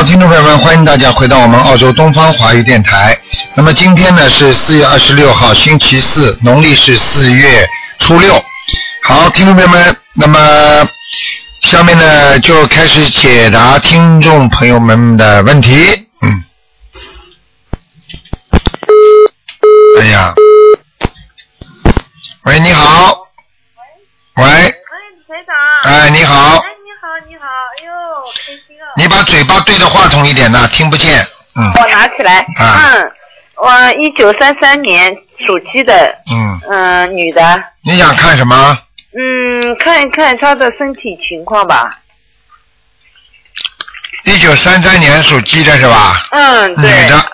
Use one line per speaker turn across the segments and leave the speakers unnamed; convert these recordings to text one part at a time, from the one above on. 欢迎大家回到我们澳洲东方华语电台。那么今天呢是四月二十六号，星期四，农历是四月初六。好，听众朋友们，那么下面呢就开始解答听众朋友们的问题。嗯。哎呀，喂，你好，喂，
喂，台长。
哎，你好，
哎，你好，你好，哎呦，开心啊！
你把嘴巴对着话筒一点呐，听不见。嗯
我拿起来。
啊
嗯，我一九三三年属鸡的，
嗯，
嗯、女的。
你想看什么？
嗯，看一看她的身体情况吧。
一九三三年属鸡的是吧？
嗯，
女
对。
的，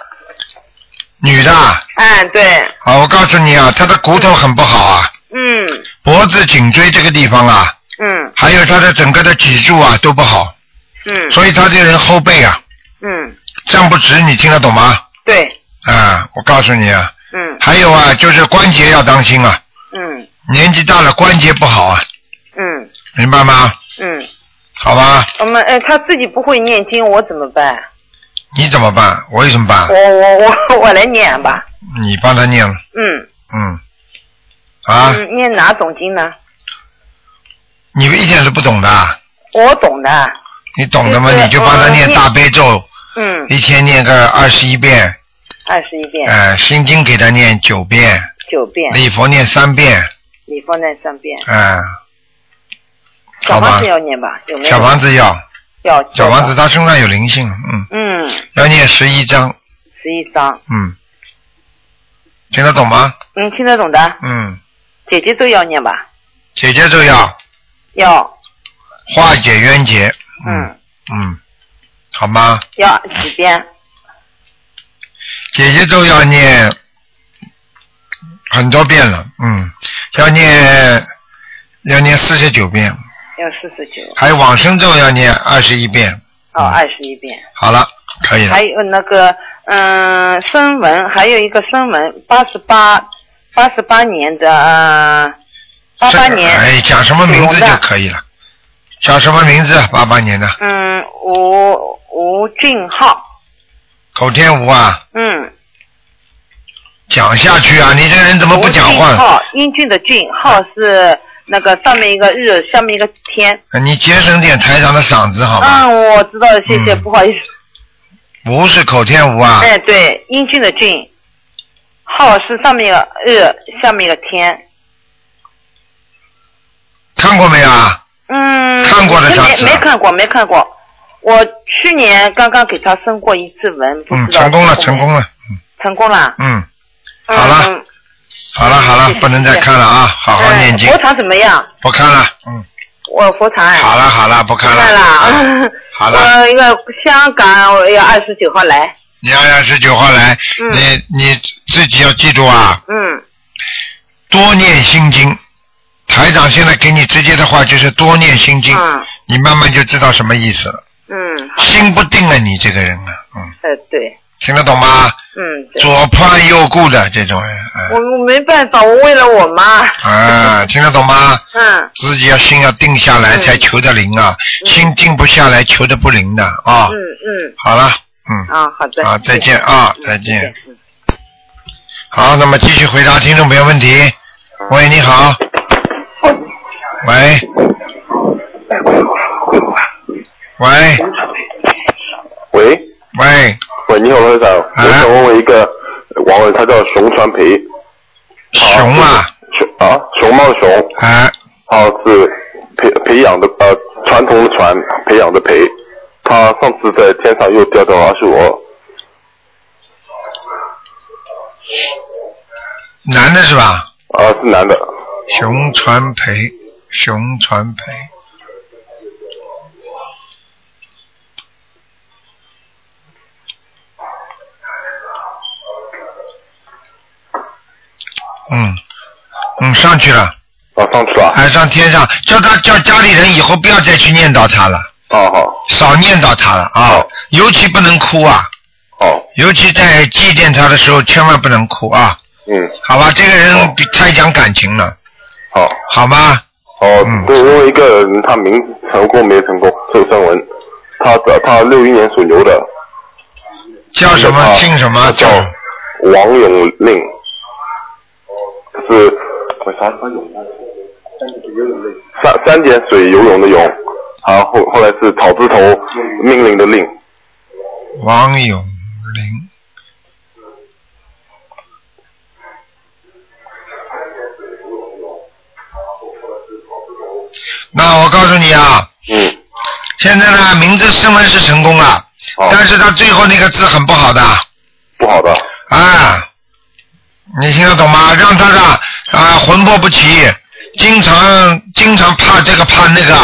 女的啊，
嗯，对。
啊我告诉你啊，她的骨头很不好啊，
嗯
脖子、颈椎这个地方啊，
嗯
还有她的整个的脊柱啊都不好，
嗯
所以她这个人后背啊
嗯，
站不直，你听得懂吗？
对，
啊，我告诉你啊，
嗯
还有啊，就是关节要当心啊，
嗯
年纪大了关节不好啊，
嗯
明白吗？
嗯，
好吧，
我们哎，她自己不会念经，我怎么办？
你怎么办？我有什么办
我？我我我来念吧。
你帮他念了，
嗯。
嗯，啊，
嗯，念哪种经呢？
你们一点都不懂的啊、
我懂的。
你懂的吗？
就是
你就帮他念
嗯
大悲咒，
嗯，
一天念个二十一遍，
二十一遍，
呃，心经给他念九遍，
九遍，
礼佛念三遍，
你放在上遍。
嗯，
小
好
房
吧
子。要念吧？有没有？
小房子要，
要
小房子
的。
他身上有灵性，嗯，
嗯，
要念十一章，
十一张。
嗯，听得懂吗？
嗯，听得懂的，
嗯，
姐姐都要念吧？
姐姐就要
要，
化解冤结，嗯
嗯，
嗯，好吗？
要几遍？
姐姐咒要念很多遍了，嗯，要念要念四十九遍，
要四十九，
还有往生咒要念二十一遍。
哦，
嗯
二十一遍。
好了，可以了
还。有那个，嗯，声纹，还有一个声纹，八十八，八十八年的，八、
这
八
个
年，
哎，讲什么名字
属龙
就
的
可以了。叫什么名字？八八年的
嗯，吴吴俊浩，
口天吴啊，
嗯，
讲下去啊！你这个人怎么不讲话
吴俊
了？
浩，英俊的俊，浩是那个上面一个日，下面一个天。
你节省点台长的嗓子好吗？
嗯，我知道了，谢谢，
嗯
不好意思。
吴是口天吴啊，
哎，对，英俊的俊，浩是上面一个日，下面一个天。
看过没有啊？
嗯，
看过的啊
真
上
没
次
没看过，没看过。我去年刚刚给他升过一次文，不
嗯，
知道
成功了，
成
成
没
功了，
成功了。
嗯，
嗯
好了，
嗯
好了好了
谢，谢
不能再看了啊！好好
哎
念经
佛，堂怎么样？
不看了，嗯，
我佛堂哎。
好了好了，不
不
看
看
了，啊
了。
好了，
我一个香港，我要二十九号来。
你二月二十九号来，
嗯
你你自己要记住啊，
嗯
多念心经。台长现在给你直接的话就是多念心经，
嗯
你慢慢就知道什么意思了。
嗯，好。
心不定啊，你这个人啊，嗯，
呃，对，
听得懂吗？
嗯，对。
左盼右顾的这种人，
我我没办法，我为了我妈。
啊，啊， 听得懂吗？
嗯
自己要心要定下来，
嗯
才求得灵啊。
嗯
心定不下来，求得不灵的啊。
嗯嗯。
好了，嗯，
啊，好的。
好，再见啊，再
谢谢。
见。
嗯
好，那么继续回答听众朋友问题。喂，你好。喂。喂
喂，
喂，
喂，你好，罗台长，
啊
我想问问一个网友，他叫熊川培，
熊啊
熊啊，熊猫的熊，
啊，
他是培培养的呃传统的传，培养的培，他上次在天上又掉到阿修罗，
男的是吧？
啊是男的，
熊传培，熊传培。嗯，嗯，上去了，
啊上去了，
还上天上，叫他叫家里人以后不要再去念叨他了，
啊好，
少念叨他了啊
好，
尤其不能哭啊，
哦，
尤其在祭奠他的时候千万不能哭啊，
嗯，
好吧，这个人比太讲感情了，
好，
好吗？
哦
嗯，
对，因为一个人他名成功没成功，周生文，他的他六一年属牛的，
叫什么
他
姓什么
叫
叫
王永令，是我啥啥永？三三点水游泳的泳，然后后后来是草字头命令的令，
王永林。那我告诉你啊，
嗯，
现在呢，名字升温是成功了，
哦，
但是他最后那个字很不好的
不好的，
啊，你听得懂吗？让他的啊魂魄不齐，经常经常怕这个怕那个，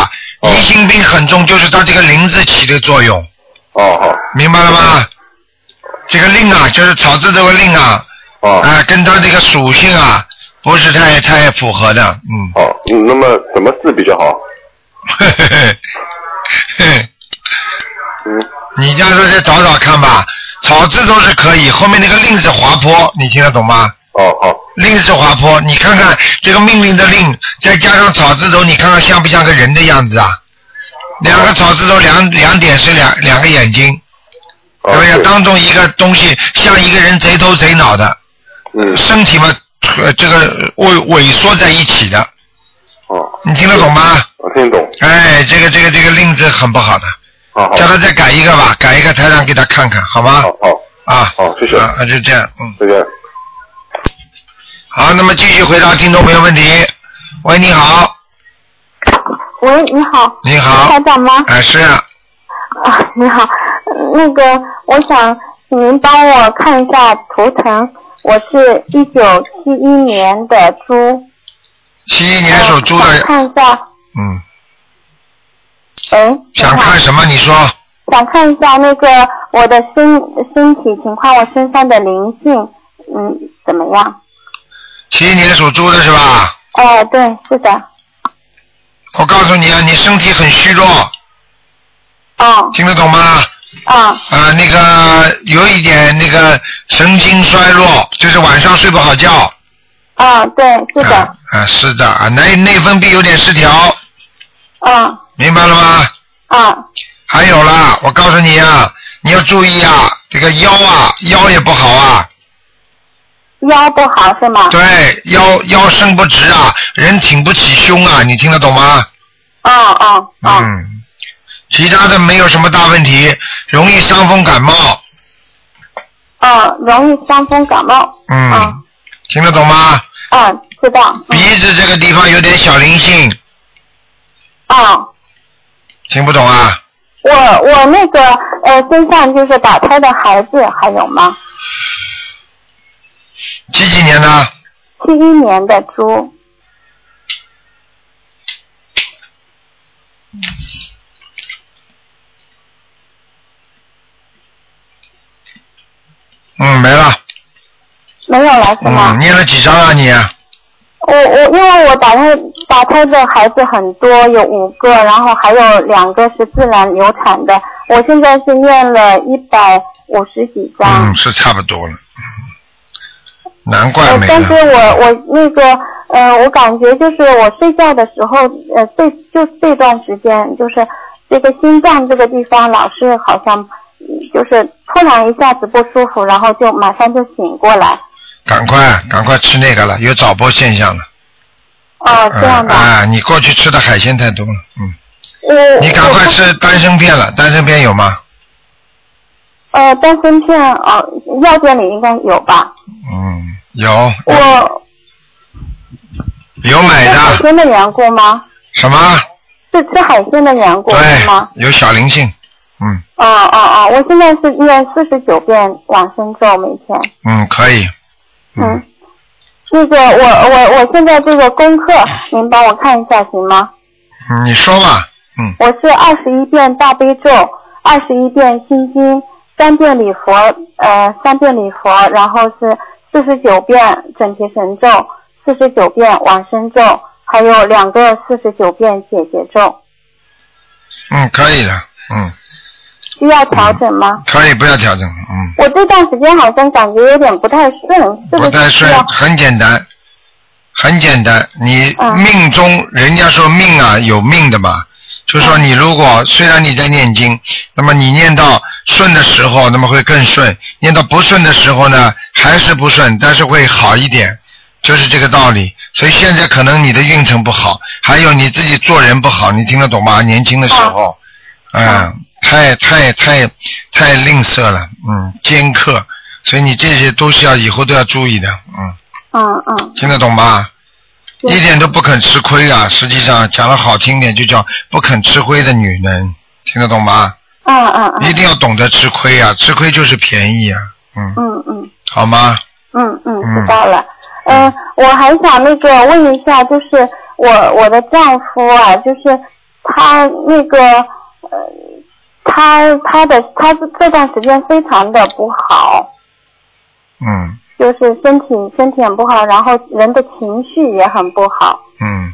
哦
疑心病很重，就是他这个灵字起的作用。
哦好，
明白了吗？这个令啊，就是草字这个令啊，啊、
哦
跟他这个属性啊，不是太太符合的，嗯，
哦，嗯那么什么字比较好？
嘿嘿嘿嘿，
嗯，
你叫他再找找看吧。草字都是可以，后面那个令是滑坡，你听得懂吗？
哦好，
令是滑坡，你看看这个命令的令，再加上草字头，你看看像不像个人的样子啊？两个草字头，两两点是两两个眼睛，
哦
对不对？
对
当中一个东西像一个人贼头贼脑的，
嗯，
身体嘛，呃这个萎萎缩在一起的，
哦，
你听得懂吗？
我听懂，
哎，这个这个这个令字很不好的，
啊好好，
叫他再改一个吧，改一个台长给他看看，好吗？
好好，
啊，
好谢谢
啊，啊就这样，嗯，
再见。
好，那么继续回答听众朋友问题。喂，你好，
喂，你好，
你
台
好，
长吗？
哎，是啊，
啊，你好，嗯那个我想请您帮我看一下图腾，我是一九七一年的猪，
七一年属猪
呃想
的，
看一下，
嗯，
喂，
想
等会儿
看什么？你说，
想看一下那个我的身身体情况，我身上的灵性，嗯，怎么样？
七一年属猪的是吧？
哦，对，是的，
我告诉你啊，你身体很虚弱，
哦，
听得懂吗？
啊，
啊、那个有一点那个神经衰弱，就是晚上睡不好觉。
啊，对，是的，
啊、啊是的啊，内内分泌有点失调，
啊，
明白了吗？
啊，
还有啦，我告诉你啊，你要注意啊，这个腰啊，腰也不好啊，
腰不好是吗？
对，腰腰伸不直啊，人挺不起胸啊，你听得懂吗？
哦哦哦，
嗯，其他的没有什么大问题，容易伤风感冒，
哦，容易伤风感冒。
嗯，
啊
听得懂吗？
嗯，知道。
鼻
嗯。
子这个地方有点小灵性，
哦，
听不懂啊？
我我那个呃身上就是打胎的孩子还有吗？
几几年的？
七一年的猪。
嗯，没了。
没有了是
嗯，
吗？
念了几张啊你？
我我因为我打胎打胎的孩子很多，有五个，然后还有两个是自然流产的。我现在是念了一百五十几张。
嗯，是差不多了。嗯，难怪
呃
没，
但是
了。
我我那个呃，我感觉就是我睡觉的时候，呃，这就这段时间，就是这个心脏这个地方老是好像，嗯就是突然一下子不舒服，然后就马上就醒过来。
赶快赶快吃那个了，有早搏现象了。
哦，这样
嗯
的，
啊，你过去吃的海鲜太多了。嗯，
我
你赶快
我
吃丹参片了，丹参片有吗？
呃，丹参片哦，药店里应该有吧？
嗯，有
我
有买
是海
的。
鲜的缘故吗？
什么？
是吃海鲜的缘故
对
是吗？，
有小灵性。嗯
哦哦哦，我现在是念四十九遍往生咒每天。
嗯，可以。
嗯，那个我我我现在这个功课，您帮我看一下行吗？
嗯，你说吧。嗯
我是二十一遍大悲咒，二十一遍心经，三遍礼佛，呃，三遍礼佛，然后是四十九遍准提神咒，四十九遍往生咒，还有两个四十九遍解结咒，
嗯，可以的。嗯，
需要调整吗？
可以，不要调整。嗯，
我这段时间好像感觉有点不太顺，是
不
不啊
太
是需
顺
要，
很简单，很简单。你
嗯
命中，人家说命啊，有命的嘛。就是说，你如果虽然你在念经，那么你念到顺的时候，那么会更顺；念到不顺的时候呢，还是不顺，但是会好一点，就是这个道理。所以现在可能你的运程不好，还有你自己做人不好，你听得懂吗？年轻的时候，嗯，太太太太吝啬了，嗯，尖刻，所以你这些都是要以后都要注意的，嗯，
嗯嗯，
听得懂吗？
对
一点都不肯吃亏啊！实际上讲的好听点，就叫不肯吃亏的女人，听得懂吗？
嗯嗯嗯，
一定要懂得吃亏啊！吃亏就是便宜啊，嗯，
嗯嗯。
好吗？
嗯，嗯，
嗯
知道了。嗯，我还想那个问一下，就是我我的丈夫啊，就是他那个呃，他他的他这段时间非常的不好，
嗯
就是身体身体很不好，然后人的情绪也很不好。
嗯，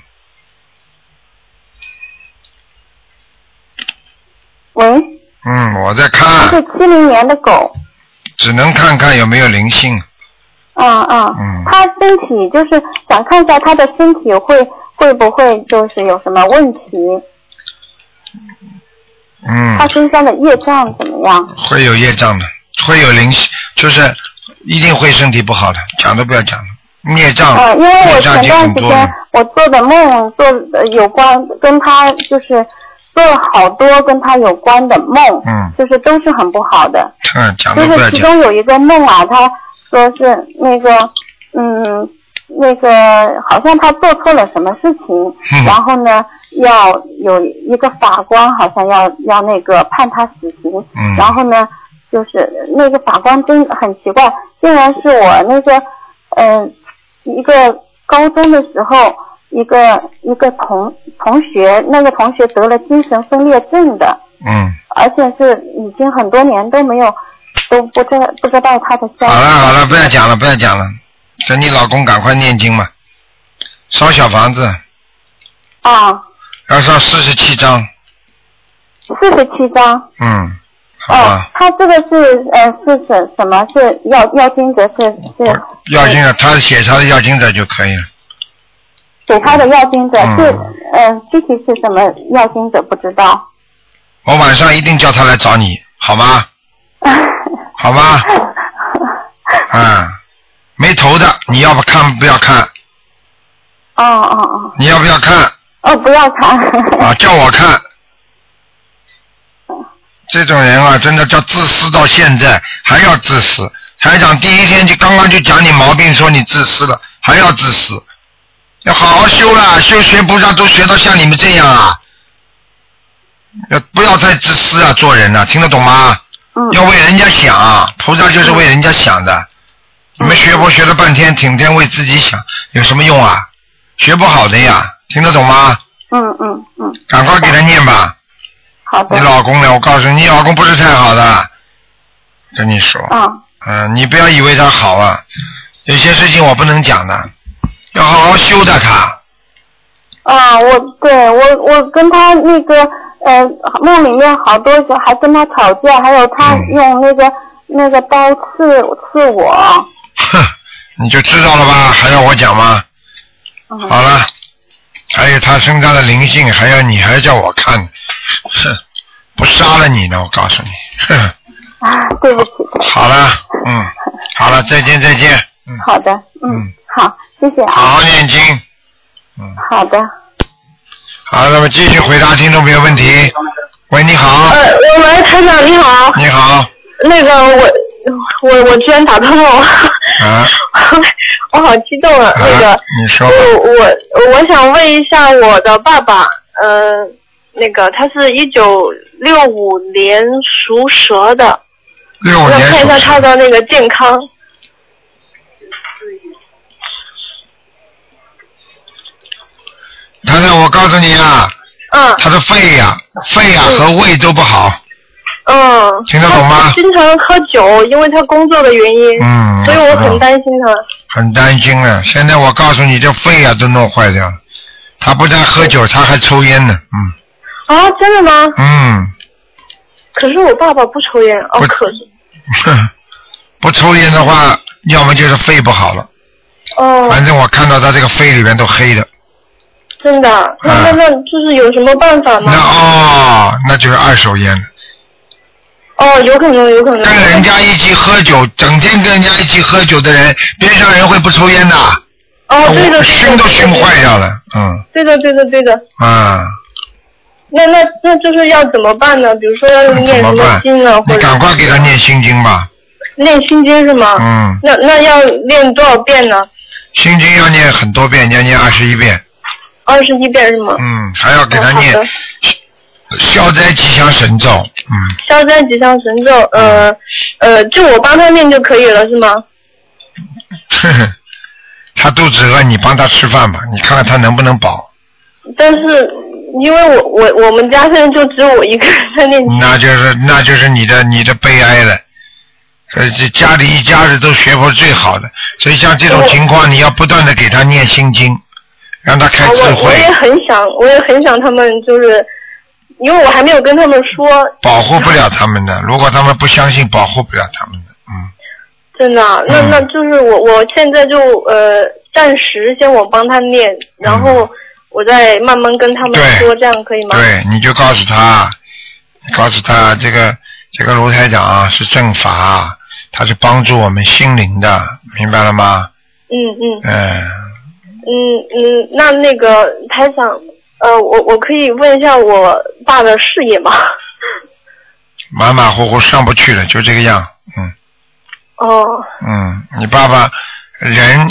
喂，
嗯，我在
他
看
是，七零年的狗，
只能看看有没有灵性。
嗯嗯
嗯，
他身体就是想看一下他的身体会会不会就是有什么问题，
嗯
他，身上的业障怎么样？
会有业障的，会有灵性，就是一定会身体不好的，讲都不要讲了。孽障
呃，，因为我
孽障
前段
已经
时
很多了
间。我做的梦做的有关跟他就是做了好多跟他有关的梦，
嗯
就是都是很不好的。
嗯，讲
就
都不要
是其
讲。
中有一个梦啊，他说是那个嗯那个好像他做错了什么事情，
嗯
然后呢要有一个法官好像要要那个判他死刑，
嗯
然后呢，就是那个法官真很奇怪，竟然是我那个，嗯、一个高中的时候，一个一个同同学，那个同学得了精神分裂症的，
嗯，
而且是已经很多年都没有，都不知不知道他的消息。
好了好了，不要讲了不要讲了，跟你老公赶快念经嘛，烧小房子
啊，
要烧四十七章，
四十七章。
嗯，好
哦
吧，，
他这个是呃是什什么？是要要经者是是
要经者他写他的要经者就可以了，
给他的要经者、
嗯
是呃具体是什么要经者不知道。
我晚上一定叫他来找你，好吗？好 吗？嗯，没头的你要不看不要看，
哦哦哦，
你要不要看
哦，不要看。
啊？叫我看。这种人啊，真的叫自私到现在，还要自私。台长第一天就刚刚就讲你毛病，说你自私了，还要自私，要好好修啦，修学菩萨都学到像你们这样啊，要不要再自私啊？做人呐、听得懂吗？
嗯
要为人家想啊，菩萨就是为人家想的。你们学佛学了半天，整天为自己想，有什么用啊？学不好的呀，听得懂吗？
嗯嗯嗯，
赶快给他念吧。
好的
你。老公呢？我告诉你，你老公不是太好的，跟你说，
嗯
嗯，你不要以为他好啊，有些事情我不能讲的，要好好修的他，
啊，我对我我跟他那个呃梦里面好多时候还跟他吵架，还有他
嗯
用那个、那个刀刺刺我。
哼，你就知道了吧？还要我讲吗？
嗯
好了，还有他身上的灵性，还要你还叫我看，哼，不杀了你呢，我告诉你，哼，
啊，对不起。
好了，嗯，好了，再见再见，嗯，
好的，嗯，
嗯
好，谢谢
好
啊。
好念经，嗯
好的。
好，那么继续回答听众朋友问题。喂，你好，
呃，喂，台长你好，
你好。
那个我我我居然打通了，
啊，
我好激动啊！那
啊
个，
你说吧，
我我我想问一下我的爸爸，呃，那个他是一九六五年属蛇的，
六
我
五
想
年
看一
属
下他
蛇，
的那个健康。
他说我告诉你啊，
嗯
他的肺呀、肺呀、和胃都不好，
嗯，
听得懂吗
他经常喝酒，因为他工作的原因，
嗯，
所以我很担心他。
很担心啊。现在我告诉你，这肺呀、都弄坏掉了。他不但喝酒，他还抽烟呢，嗯
啊，真的吗？
嗯，
可是我爸爸不抽烟，哦
不，
可是，
哼，不抽烟的话，要么就是肺不好了，
哦，
反正我看到他这个肺里面都黑的，
真
啊
的，那那那就是有什么办法吗
那？哦，那就是二手烟了。
哦，有可能，有可能。
跟人家一起喝酒，整天跟人家一起喝酒的人，边上人会不抽烟的，
哦，对的，对的
熏都熏坏。掉了，嗯
对的，对的，对的。
啊，
那那那就是要怎么办呢？比如说要
那
念什
怎么
么
办
经呢，？或
你
者
赶快给他念心经吧，
念心经是吗？
嗯，
那那要念多少遍呢？
心经要念很多遍，你要念二十一遍，
二十一遍是吗？
嗯，还要给他
哦好
念
的
消灾吉祥神咒，嗯，
消灾吉祥神咒，呃呃，就我帮他念就可以了是吗？
呵呵，嗯 他肚子饿，你帮他吃饭吧，你看看他能不能饱，
但是因为我我我们家现在就只有我一个人在念经，
那就是那就是你的你的悲哀了。呃，这家里一家子都学佛最好的，所以像这种情况，你要不断的给他念心经，让他开
啊
智
我我
慧，
也很想，我也很想他们就是，因为我还没有跟他们说，
保护不了他们的。如果他们不相信，保护不了他们的。嗯，
真的啊，那
嗯
那就是我我现在就呃暂时先我帮他念，然后我再慢慢跟他们
嗯对
说，这样可以吗？
对，你就告诉他，你告诉他这个这个卢台长啊是正法，他是帮助我们心灵的，明白了吗？
嗯嗯
嗯，
嗯嗯，那那个台长，呃，我我可以问一下我爸的事业吗？
马马虎虎上不去了，就这个样。嗯。
哦，
嗯，你爸爸人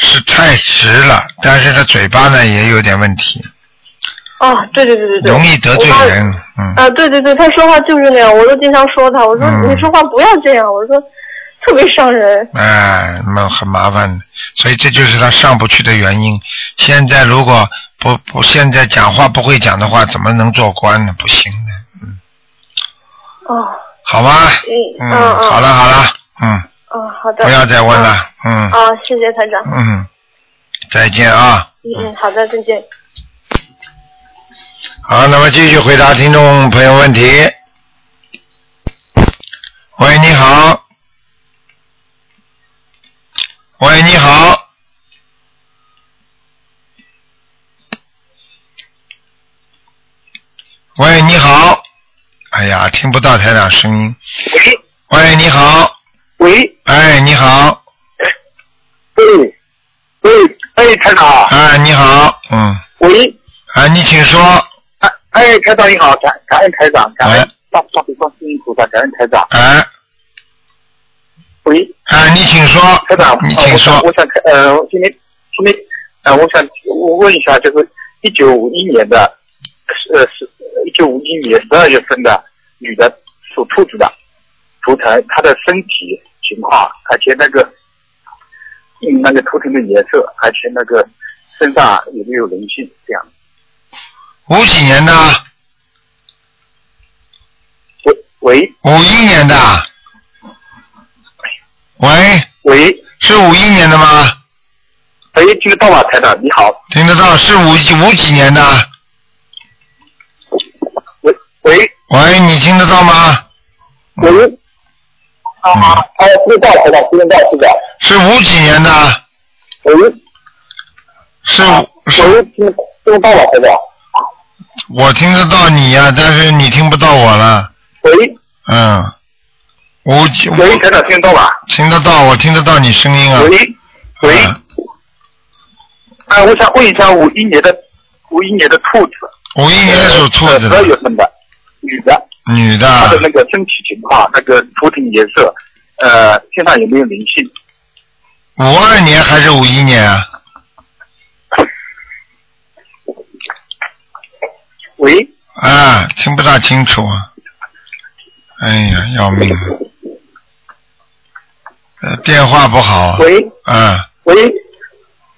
是太直了，但是他嘴巴呢也有点问题，
哦，对对对对对，
容易得罪
我爸
人。嗯，
啊，对对对，他说话就是那样，我都经常说他，我说、
嗯
你说话不要这样，我说特别伤人。
哎，那么很麻烦的，所以这就是他上不去的原因。现在如果不不现在讲话不会讲的话，怎么能做官呢？不行的，
哦，
好吗？
嗯
嗯，
嗯嗯
好了好了，嗯，
哦，好的。
不要再问了，嗯
啊。啊，谢谢台长。
嗯，再见啊。
嗯嗯，好的，再见。
好，那么继续回答听众朋友问题。喂，你好。喂，你好。喂，你好。哎呀，听不到台长声音。
喂
喂，你好。
喂
哎，你好。
喂喂，哎，台长，
哎，你好。嗯。
喂，
哎，你请说。
哎哎，台长你好，感感恩台长，感
哎
恩大大悲观世音菩萨，感恩台长。
哎，
喂，
哎，你请说。
台长，
你
呃
请
我
说
想我。想呃，今天今天呃，我想我问一下，就是一九五一年的，呃是一九五一年十二月份的女的属兔子的图腾，她的身体情况，而且那个嗯那个图腾的颜色，而且那个身上有没有灵性这样。
五几年的？
喂喂
五一年的。喂，
喂，
是五一年的吗？
喂，哎听得到吗，台长？你好，
听得到，是五五几年的？
喂喂
喂，你听得到吗？嗯
喂，啊啊，哎，听得到，台长，听得到，是的，
是五几年的？
喂啊
是是，
喂，听听得到吗，台长？
我听得到你呀、但是你听不到我了。
喂
嗯，五几五
喂，台长听得到吗？
听得到，我听得到你声音啊。
喂喂，呃
嗯
哎，我想问一下，五一年的五一年的兔子，呃
五一年属兔子
十二月
的
份的女的，
女
她的
的，
那个身体情况，那个图腾颜色，呃，身上有没有灵性？
五二年还是五一年啊？
喂
啊，听不大清楚啊！哎呀，要命啊！呃，电话不好啊。
喂
啊，
喂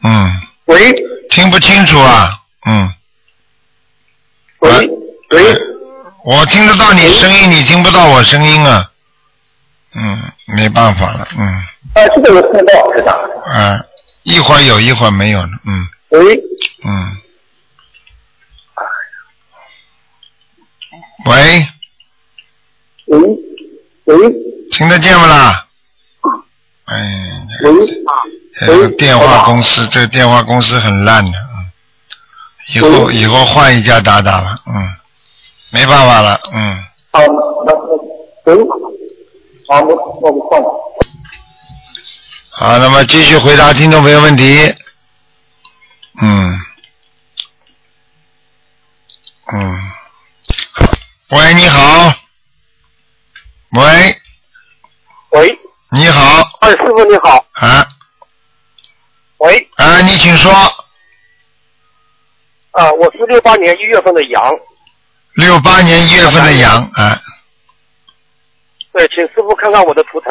嗯，
喂
听不清楚啊，嗯，啊
喂喂，
我听得到你声音，你听不到我声音啊。嗯，没办法了，嗯，
啊，这个我听得到，台长。
啊，一会儿有一会儿没有了，嗯
喂
嗯。喂，
喂喂
听得见不啦？哎呀。
喂，啊
呃这个电话公司，这个电话公司很烂的，嗯以后以后换一家打打了，嗯，没办法了，嗯，
好，那那行，好，那那就算了。
好，那么继续回答听众朋友问题，嗯，嗯，喂，你好，喂，
喂，
你好，
哎，师傅你好，
啊
喂，
啊，你请说，
啊，我是六八年一月份的羊，
六八年一月份的羊，啊，
对，请师傅看看我的图腾，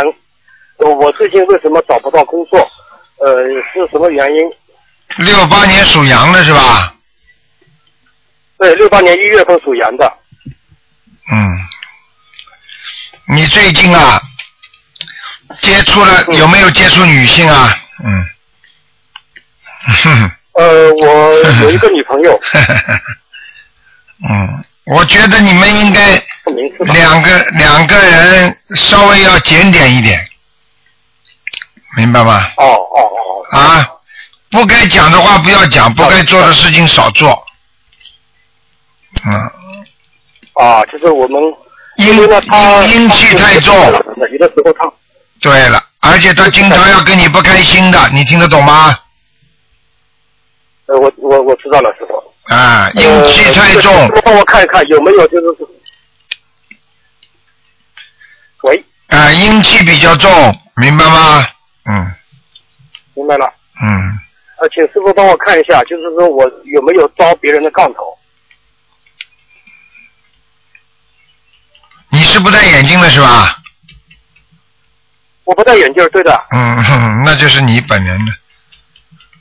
我我最近为什么找不到工作？呃，是什么原因？
六八年属羊的是吧？
对，六八年一月份属羊的，
嗯，你最近啊，接触了有没有接触女性啊？嗯，哼
呃，我有一个女朋友，
哼，嗯， 我觉得你们应该
不明是吧？
两个两个人稍微要检点一点，明白吗？
哦哦哦，哦
啊，不该讲的话不要讲，不该做的事情少做。嗯，
啊，就是我们，
阴
因为呢，她
阴阴气太重。
有的时候她，
对了，而且他经常要跟你不开心的，你听得懂吗？
呃，我我我知道了，师傅。
啊，阴气
呃
太重，
师傅帮我看一看有没有就是，喂，
啊，阴气比较重，明白吗？嗯
明白了。
嗯，
呃，请师傅帮我看一下，就是说我有没有招别人的杠头？
你是不戴眼镜的是吧？
我不戴眼镜儿，对的，
嗯，哼那就是你本人了。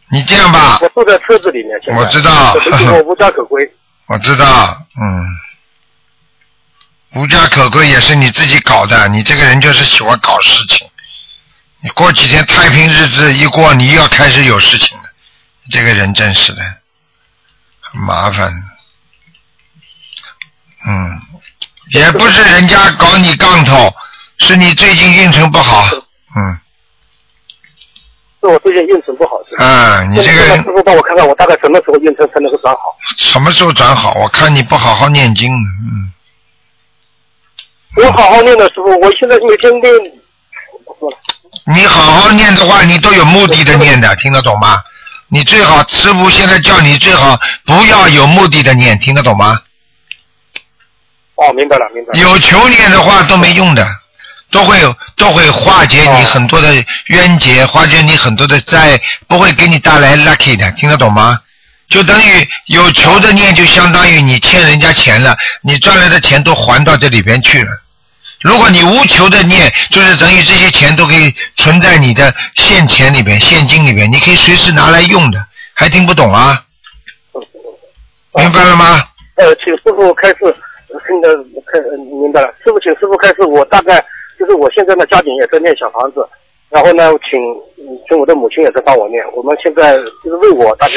你这样吧
我，坐在车子里面。现在
我知道
可是我无家可归。
我知道，嗯，无家可归也是你自己搞的，你这个人就是喜欢搞事情。你过几天太平日子一过，你又要开始有事情了，你这个人真是的，很麻烦。嗯，也不是人家搞你杠头，是你最近运程不好。嗯，
是我最近运程不好。是吧
啊，你这个
那
人
么师傅帮我看看，我大概什么时候运程才能够转好？
什么时候转好？我看你不好好念经，嗯，
我好好念的师傅，我现在每天念，
嗯你好好念的话，你都有目的的念的，听得懂吗？你最好，师傅现在叫你最好不要有目的的念，听得懂吗？
哦，明白了，明白了。
有求念的话都没用的，都会有都会化解你很多的冤结，化解你很多的灾，不会给你带来 lucky 的，听得懂吗？就等于有求的念，就相当于你欠人家钱了，你赚来的钱都还到这里边去了。如果你无求的念，就是等于这些钱都可以存在你的现钱里边、现金里边，你可以随时拿来用的。还听不懂啊？明白了吗？
呃，请师傅开始，现在开呃明白了。师傅，请师傅开始，我大概就是我现在呢，家里也在念小房子，然后呢，请嗯请我的母亲也在帮我念。我们现在就是为我大概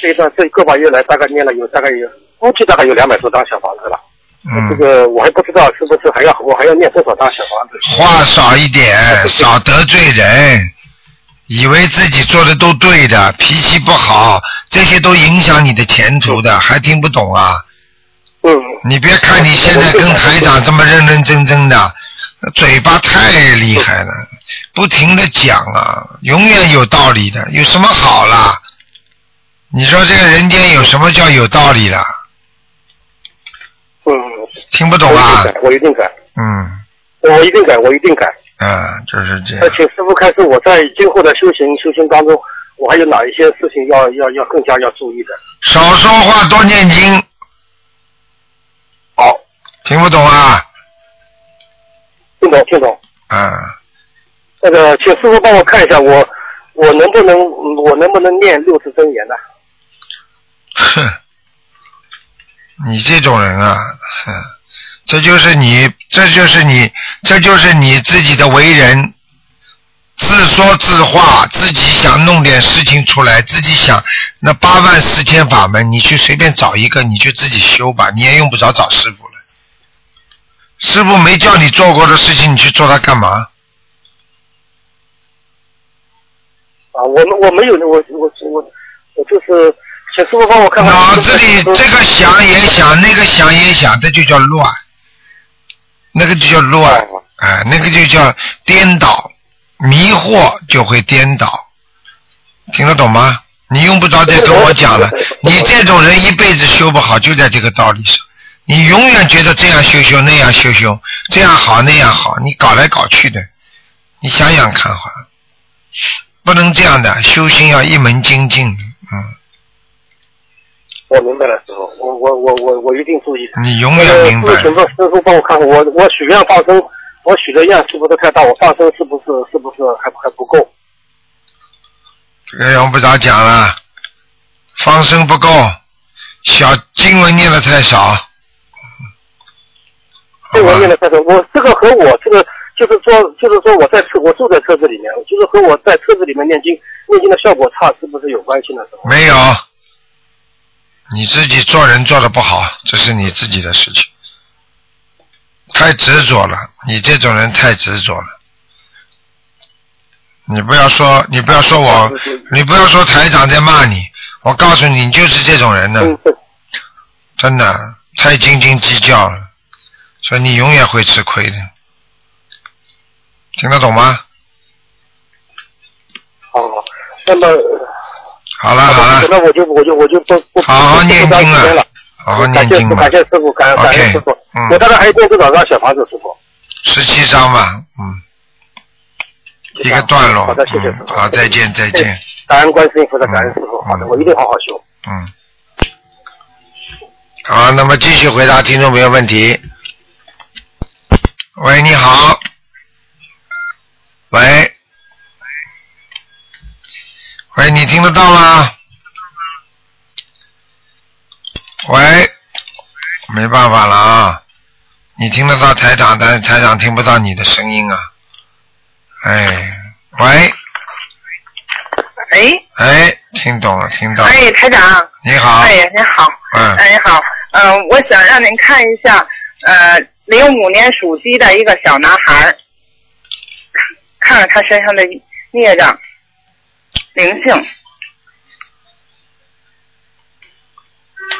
这一段这个把月来，大概念了有大概有估计大概有两百多张小房子了。这
嗯，
个我还不知道是不是还要我还要念多少张小房子。
话少一点，少得罪人，以为自己做的都对的，脾气不好，这些都影响你的前途的，还听不懂啊？
嗯，
你别看你现在跟台长这么认认真真的，嘴巴太厉害了，不停的讲啊，永远有道理的，有什么好啦？你说这个人间有什么叫有道理啦？
嗯，
听不
我
懂
一
啊
定？改，我一定改，
嗯，
我一定改，我一定改。
啊，就是这样
呃，。请师傅开示，我在今后的修行修行当中，我还有哪一些事情要要要更加要注意的？
少说话，多念经，
好，
听不懂啊？
听懂听懂。
啊。
那个，请师傅帮我看一下，我我能不能嗯我能不能念六字真言呢？
哼，你这种人啊，哼，这就是你，这就是你，这就是你自己的为人，自说自话，自己想弄点事情出来，自己想那八万四千法门，你去随便找一个，你去自己修吧，你也用不着找师傅了。师傅没叫你做过的事情，你去做它干嘛？
啊，我们我没有，我我我我就是请师傅帮我看看。
脑子里这个想也想，那个想也想，这就叫乱，那个就叫乱，哎，那个就叫颠倒，迷惑就会颠倒，听得懂吗？你用不着再跟我讲了，你这种人一辈子修不好，就在这个道理上。你永远觉得这样修修那样修修，这样好那样好，你搞来搞去的，你想想看好了，不能这样的，修心要一门精进的，嗯。
我明白了，师傅，我我我我我一定注意的。
你永远明白
呃师傅，请问师傅帮我看看，我我许愿放生，我许的愿是不是太大？我放生是不是是不是还还不够？
这个用不着讲了，放生不够，小经文念的太少，
这我念的太多。我这个和我这个就是说就是说我在车我住在车子里面，就是和我在车子里面念经念经的效果差是不是有关系呢？师傅
没有，你自己做人做的不好，这是你自己的事情，太执着了，你这种人太执着了。你不要说，你不要说我，你不要说台长在骂你，我告诉你，你就是这种人呢，真的太斤斤计较了，所以你永远会吃亏的，听得懂吗？
哦，那么
好了好了，
那我就我就我就不不
好好
不
念
不耽误
经
时间
啊
了。，
好好
感
念
谢
经吧
感。谢师傅，感感谢
OK，
师傅。
嗯
我大概还有多少张小房子，师傅？
十七章吧，嗯，一个段落。
好的谢谢
嗯好，再见，再见，
感恩观世音菩萨，感恩师傅。好的，我一定好好修。
嗯。好，那么继续回答听众朋友问题。喂，你好。喂。喂，你听得到吗？喂，没办法了啊，你听得到台长，但是台长听不到你的声音啊。哎，喂，
哎
哎，听懂了，听到了。
哎，台长，
你好，
哎您好，
嗯，
哎您好，嗯、我想让您看一下，呃，零五年属鸡的一个小男孩儿，看看他身上的孽障、灵性，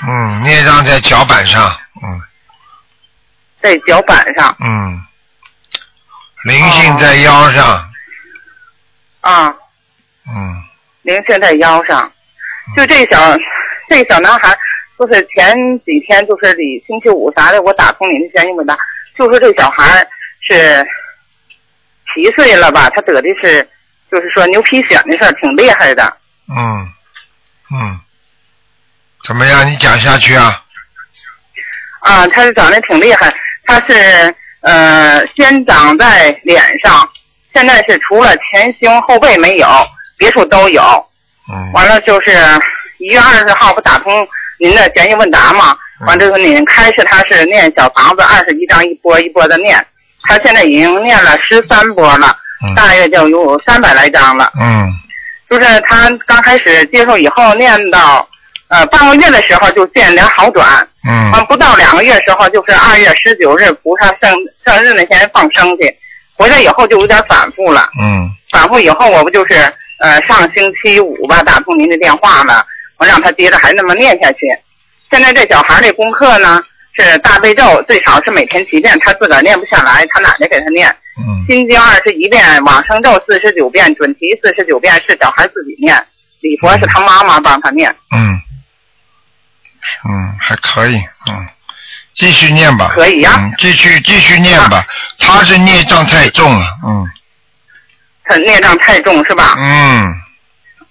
嗯，孽障在脚板上，嗯
在脚板上
嗯，灵
哦
性在腰上，
啊，
嗯，
灵性在腰上，就这小这小男孩儿，就是前几天就是礼星期五啥的，我打通您的闲音问答，就说这小孩儿是七岁了吧，他得的是就是说牛皮癣的事儿，挺厉害的。
嗯嗯，怎么样？你讲下去啊？
啊，他是长得挺厉害，他是呃先长在脸上，现在是除了前胸后背没有，别处都有。
嗯。
完了就是一月二十号不打通您的简易问答嘛？完了就是您开始他是念小房子二十一章一波一波的念，他现在已经念了十三波了，
嗯
大约就有三百来章了。
嗯
就是他刚开始接受以后念到呃半个月的时候就见点好转。
嗯
啊，不到两个月时候，就是二月十九日菩萨圣圣日那天放生去，回来以后就有点反复了。
嗯
反复以后，我不就是呃上星期五吧打通您的电话了，我让他接着还那么念下去。现在这小孩这功课呢是大悲咒，最少是每天七遍，他自个儿念不下来，他奶奶给他念。
嗯
心经二十一遍，往生咒四十九遍，准提四十九遍是小孩自己念，礼佛是他妈妈帮他念。
嗯嗯，还可以，嗯，继续念吧。
可以呀啊
嗯，继续继续念吧。他是孽障太重了，嗯
他孽障太重是吧？
嗯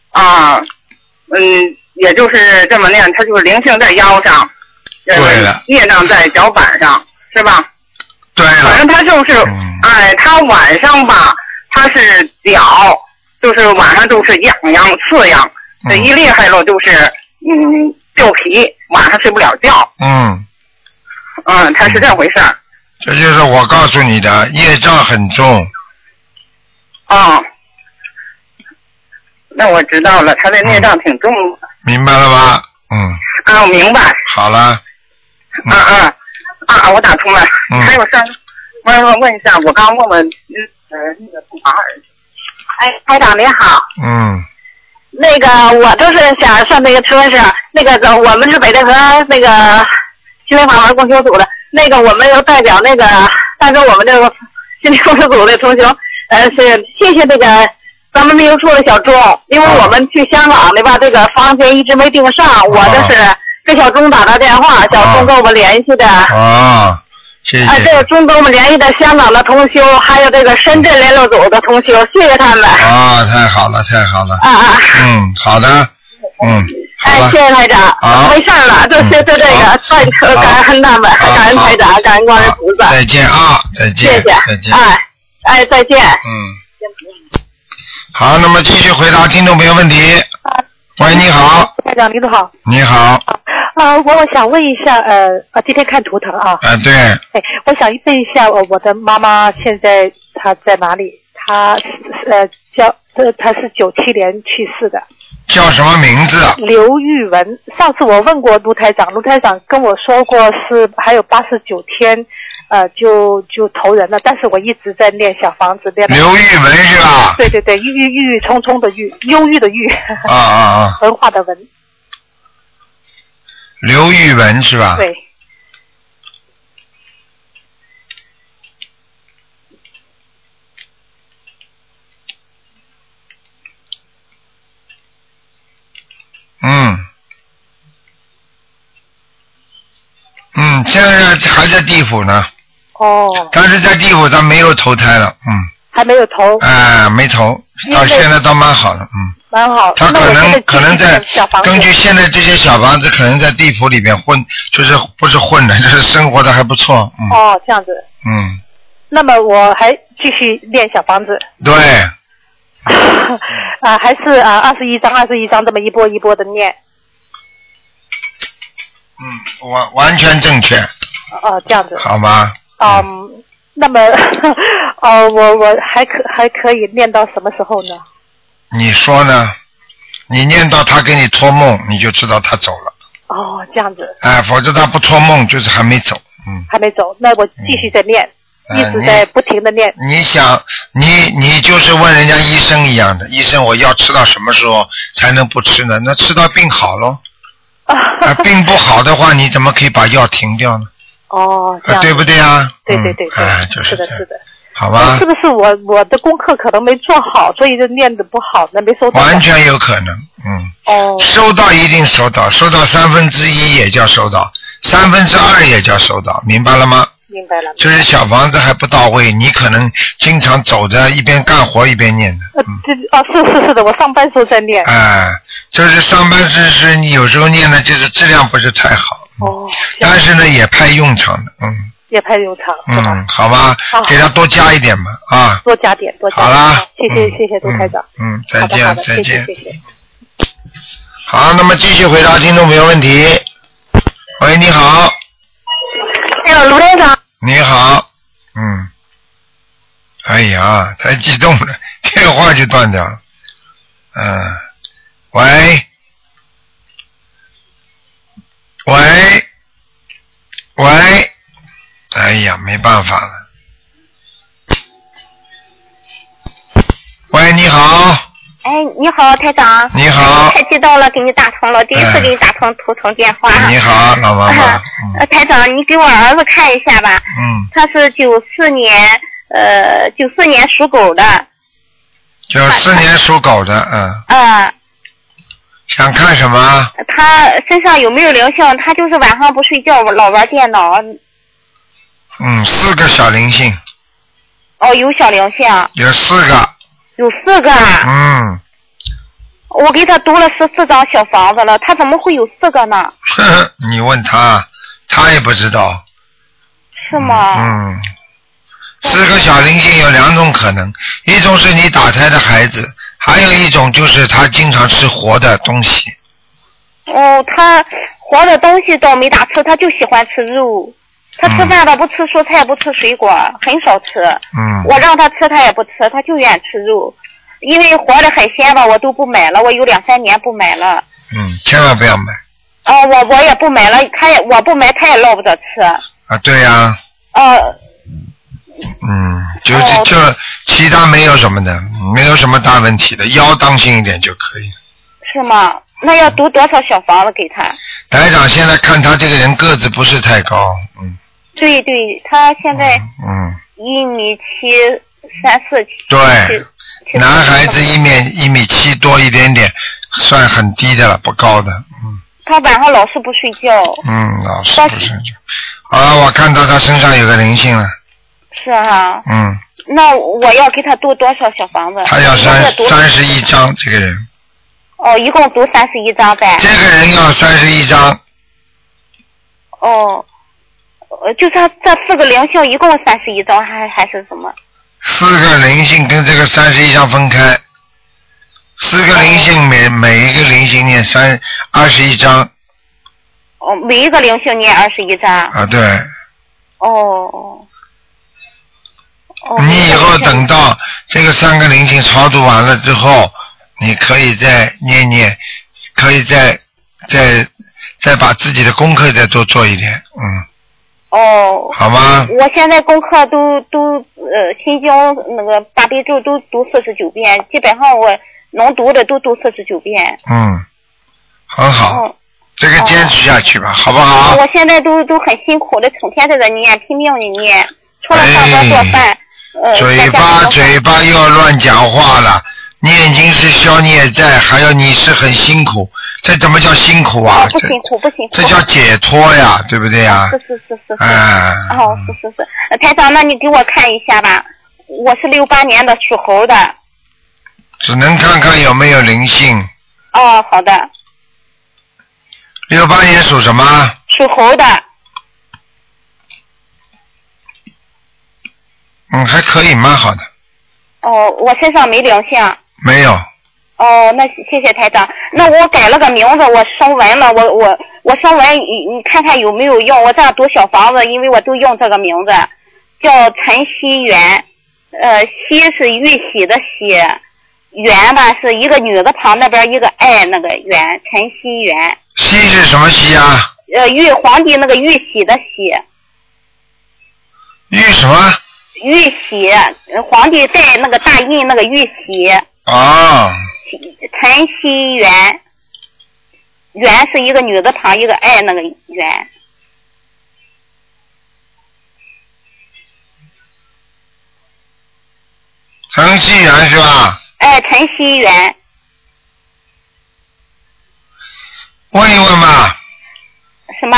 啊，嗯，也就是这么念，他就是灵性在腰上，呃
对了，
业障在脚板上，是吧？
对啊嗯了，
反正他就是，哎，他晚上吧，他是脚，就是晚上就是痒痒刺痒，这一厉害了就是嗯掉皮，晚上睡不了觉，
嗯。
嗯，他是这回事儿，
这就是我告诉你的，业障很重。
啊、那我知道了，他的
嗯
孽障挺重的，
明白了吗？嗯，
啊，我明白，
好了，
啊啊啊！我打通了。
嗯
还有事儿，问问问一下，我刚问问嗯呃那个马尔，哎，台长您好，
嗯，
那个我就是想上那个车是那个我们是北戴河那个呃心灵法门共修组的，那个我们有代表那个代表我们这个心灵共修组的同学，呃，是谢谢这个咱们秘书处的小钟，因为我们去香港的吧，这个房间一直没订上，
哦
我这是给小钟打的电话，小钟跟我们联系的。
啊，哦谢
哎，这
谢
个中跟我们联系的香港的同修，还有这个深圳联络组的同修，谢谢他们。
啊，太好了，太好了，
啊啊！
嗯，好的，嗯，
哎，谢谢台长，
好
没事儿
嗯
了，就就就这个，再可感恩他们，感恩台长，感恩观世菩萨，
再见啊，再
谢
见，
谢
再，见，
哎哎，再见。
嗯。好，那么继续回答听众朋友问题。喂，你好，
台长您好，
你好，
啊、我想问一下，呃，啊，今天看图腾啊，
哎，对，
哎，我想问一下，呃我我的妈妈现在她在哪里？她呃叫呃她是九七年去世的，
叫什么名字？
刘玉文。上次我问过卢台长，卢台长跟我说过是还有八十九天，呃，就就投人了，但是我一直在念小房子，念到
刘玉文是吧？
对对对，郁郁郁郁葱葱的郁，忧郁的郁，
啊啊啊，
文化的文，
刘玉文是吧？
对。
嗯，嗯，现在还在地府呢，
哦，
但是在地府他没有投胎了，嗯，
还没有
哦
投，
哎，没投，到
因为
现在倒蛮好的，嗯，
蛮好。
他
那
可
我现
能
在
可能
继续
在
念小房子
根据现在这些小房子，可能在地府里边混，就是不是混的， 就是生活的还不错，嗯
哦，这样子。
嗯，
那么我还继续练小房子，
对，
啊，还是啊二十一章二十一章这么一波一波的念，
嗯，完完全正确，
哦、这样子。
好吗？
嗯，那么 哦，我我还可还可以念到什么时候呢？
你说呢？你念到他给你托梦，你就知道他走了，
哦，这样子
哎，否则他不托梦就是还没走，嗯。
还没走，那我继续再念，
嗯
一直在不停的念。
你想，你你就是问人家医生一样的，医生我要吃到什么时候才能不吃呢？那吃到病好喽。啊，病不好的话，你怎么可以把药停掉呢？
哦，这
啊，
样子、
对不对啊？
对对对
嗯
对，
哎，就是是
的
这，样
是的。
好吧
哦是，不是我我的功课可能没做好，所以就念的不好，那没收到？
完全有可能，嗯，
哦
收到一定收到，收到三分之一也叫收到，三分之二也叫收到，明白了吗？
明白了。
就是小房子还不到位，你可能经常走着一边干活一边念的。
呃，这哦，是是是的，我上班时候在念。
哎，就是上班时是你有时候念的，就是质量不是太好，
哦，
但是呢也派用场的，嗯
也太悠长，
嗯，好吧
好，
给他多加一点嘛，啊，
多加点，多加点。
好啦
谢谢谢谢杜台长。
嗯，
好的
再
好
见
的
再见
谢谢，谢谢。
好，那么继续回答听众朋友问题。喂，你好，
哎呦，卢台长，
你好，嗯，哎呀，太激动了， 电话就断掉了，嗯，喂，喂，喂，哎呀，没办法了。喂，你好，
哎，你好，台长。
你好
太激动了，给你打通了，第一次给你打通图腾电话。
哎你好，老 妈妈，
呃，台长，你给我儿子看一下吧，
嗯，
他是九四年，呃，九四年属狗的，
九四年属狗的，嗯，
呃，
想看什么？
他身上有没有灵性？他就是晚上不睡觉，老玩电脑，
嗯，四个小灵性，
哦，有小灵性，
有四个，
有四个啊。
嗯，
我给他读了十四张小房子了，他怎么会有四个呢？
呵呵 你问他，他也不知道。
是吗？
嗯，四个小灵性有两种可能，一种是你打胎的孩子，还有一种就是他经常吃活的东西。
哦，他活的东西倒没咋吃，他就喜欢吃肉。他吃饭倒不吃蔬菜，不吃水果，很少吃。
嗯，
我让他吃，他也不吃，他就愿吃肉。因为活的海鲜吧，我都不买了，我有两三年不买了。
嗯，千万不要买
啊、我我也不买了，他也我不买，他也落不着吃。
啊！对呀、
呃，
嗯，就就就其他没有什么的，没有什么大问题的，腰当心一点就可以了。
是吗？那要读多少小房子给他？
台长现在看他这个人个子不是太高，嗯
对对，他现在
嗯，
一米七三四七。
对，男孩子一米一米七多一点点，算很低的了，不高的，
他晚上老是不睡觉，
嗯，老师不是啊，我看到他身上有个灵性了，
是哈、
嗯，
那我要给他读多少小房子？
他要
我
三
要读
三十一张，这个人，
哦，一共读三十一章呗。
这个人要三十一张，
哦，呃，就是他这四个灵性一共三十一章，还还是什么？
四个灵性跟这个三十一张分开，四个灵性每每一个灵性念三二十一张
哦，每一个灵性念二十一章。
啊，对，
哦。哦。
你以后等到这个三个灵性超度完了之后，你可以再念念，可以再再再把自己的功课再多做一点，嗯，
哦。
好吗
我现在功课都都呃，心经那个大悲咒都读四十九遍，基本上我能读的都读四十九遍。
嗯，很好，
嗯。
这个坚持下
哦
去吧，好不好？
我现在都都很辛苦的，成天在这念，拼命的念，除了上班做饭，呃，在
哎嘴
家里
巴
做饭
嘴巴又要乱讲话了，念经是消孽债，还有你是很辛苦，这怎么叫辛苦啊？
哦不辛苦，不辛苦。
这这叫解脱呀，对不对呀？
是是是是是。
哎
哦，是是是，呃台长，那你给我看一下吧，我是六八年的属猴的。
只能看看有没有灵性。
哦，好的，
六八年属什么？
属猴的。
嗯，还可以，蛮好的。
哦，我身上没灵性。
没有，
哦，那谢谢台长。那我改了个名字，我升文了，我我我升文，你你看看有没有用？我这样读小房子，因为我都用这个名字，叫陈希元，呃，希是玉玺的希，元吧是一个女字旁那边一个爱那个元，陈希元，
西是什么西啊？
呃，玉皇帝那个玉玺的玺，
玉什么？
玉玺，呃皇帝在那个大印那个玉玺，
哦，
陈希元，元是一个女字旁一个爱那个元。
程序员是吧？
哎，陈希元，
问一问吧。
什么？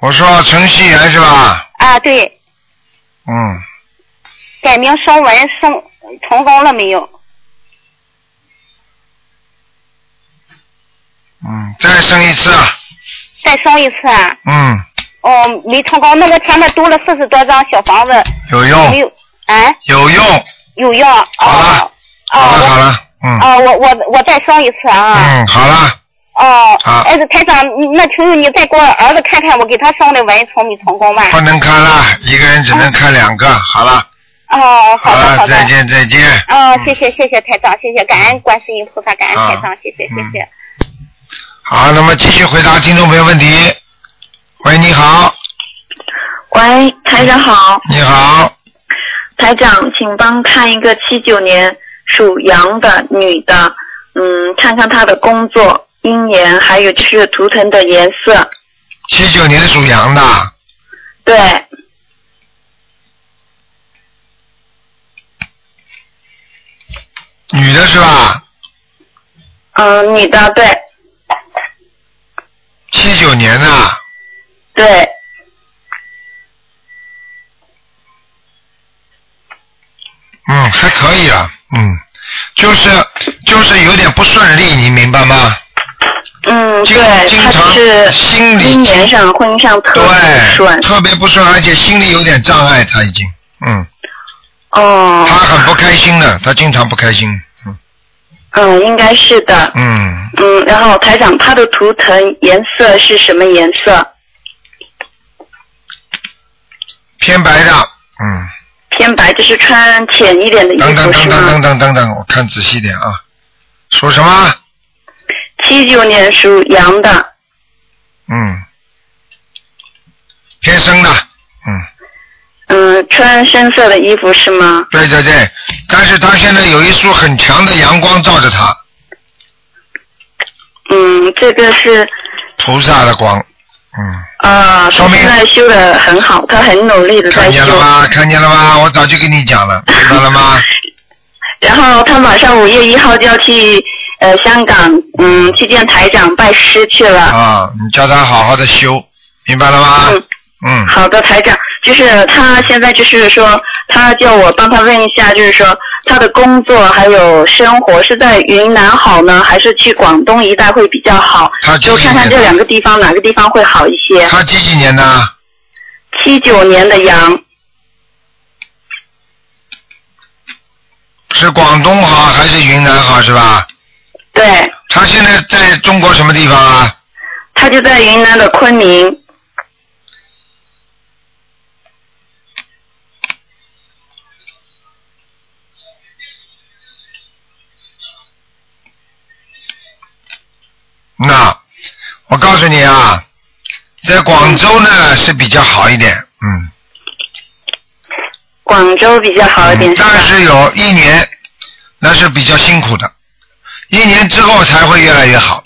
我说程序员是吧？
啊，对，
嗯，
改名升文升成功了没有？
嗯，再生一次。
再升一次啊？
嗯，
哦，没成功。那我前面读了四十多张小房子，
有
没
用，
有？啊？
有用。
有用。好了。
好了好了，嗯
哦，我我我再升一次啊。
嗯，好了，
哦，
好
哎，台长，你那求求你再给我儿子看看，我给他升的文成没成功吧？
不能看了，一个人只能看两
嗯
个，好了，
哦，好
好
的好
了，
的。
啊再见再见。
哦，谢谢谢谢台长，谢谢感恩观世音菩萨，感恩
啊
台长，谢谢谢谢。
嗯好，那么继续回答听众朋友问题。喂，你好，
喂，台长好，
你好，
台长，请帮看一个七九年属羊的女的，嗯，看看她的工作、姻缘，还有就是图腾的颜色。
七九年属羊的，
对，
女的是吧？
嗯，女的，对
七九年的，
啊
对，
嗯，还可以了，嗯，就是就是有点不顺利，你明白吗？
嗯，对，她就是
心
理姻缘上、婚姻上特别不顺。
哎特别不顺，而且心里有点障碍，他已经，嗯，
哦，
他很不开心的，他经常不开心，
嗯，应该是的。
嗯，
嗯，然后台长，她的图腾颜色是什么颜色？
偏白的，嗯。
偏白，就是穿浅一点的衣
等等
服
等
是
等
吗？
等等等等，我看仔细点啊。属什么？
七九年属羊的。
嗯，偏生的。
嗯，穿深色的衣服是吗？
对对对，但是他现在有一束很强的阳光照着他，
嗯，这个是
菩萨的光，
啊，他现在修的很好，他很努力的在
看
修
见。了吗？看见了吗？我早就跟你 讲了，明白了吗？
然后他马上五月一号就要去呃香港，嗯，去见台长拜师去了。
啊，你叫他好好的修，明白了吗？嗯，
好的，台长，就是他现在就是说，他叫我帮他问一下，就是说他的工作还有生活是在云南好呢，还是去广东一带会比较好？
他
就看看这两个地方哪个地方会好一些。
他几几年的？
七九年的羊，
是广东好还是云南好是吧？
对。
他现在在中国什么地方啊？
他就在云南的昆明。
那我告诉你啊，在广州呢是比较好一点，嗯。
广州比较好一点。
嗯但是有一年，那是比较辛苦的，一年之后才会越来越好。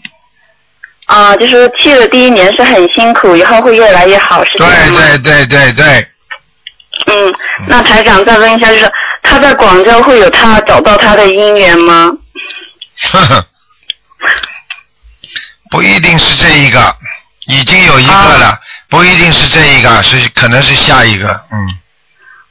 啊、就是去了第一年是很辛苦，以后会越来越好，是这样吗？
对对对对，
嗯，那台长再问一下，就是他在广州会有他找到他的姻缘吗？
呵呵，不一定是这一个，已经有一个
啊
了，不一定是这一个，是可能是下一个，嗯。